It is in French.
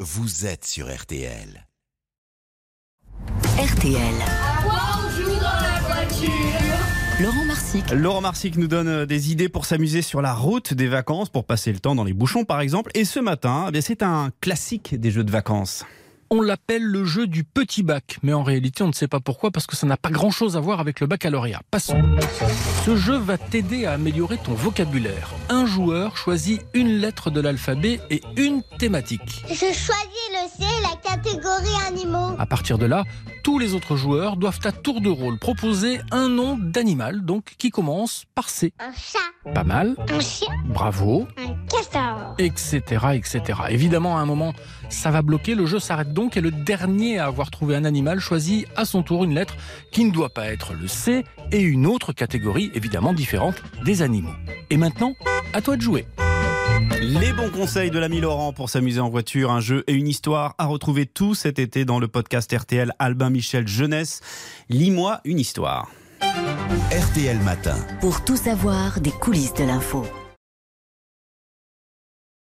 vous êtes sur RTL. RTL. on joue dans la voiture Laurent Marsic. Laurent Marsic nous donne euh, des idées pour s'amuser sur la route des vacances, pour passer le temps dans les bouchons par exemple. Et ce matin, eh bien, c'est un classique des jeux de vacances. On l'appelle le jeu du petit bac, mais en réalité on ne sait pas pourquoi parce que ça n'a pas grand-chose à voir avec le baccalauréat. Passons. Ce jeu va t'aider à améliorer ton vocabulaire. Un joueur choisit une lettre de l'alphabet et une thématique. Je choisis le C, la catégorie animaux. À partir de là, tous les autres joueurs doivent à tour de rôle proposer un nom d'animal, donc qui commence par C. Un chat, Pas mal, un chien, bravo, un castor. etc., etc. Évidemment, à un moment, ça va bloquer, le jeu s'arrête donc et le dernier à avoir trouvé un animal choisit à son tour une lettre qui ne doit pas être le C et une autre catégorie évidemment différente des animaux. Et maintenant, à toi de jouer. Les bons conseils de l'ami Laurent pour s'amuser en voiture, un jeu et une histoire à retrouver tout cet été dans le podcast RTL Albin Michel Jeunesse. Lis-moi une histoire. RTL Matin. Pour tout savoir des coulisses de l'info.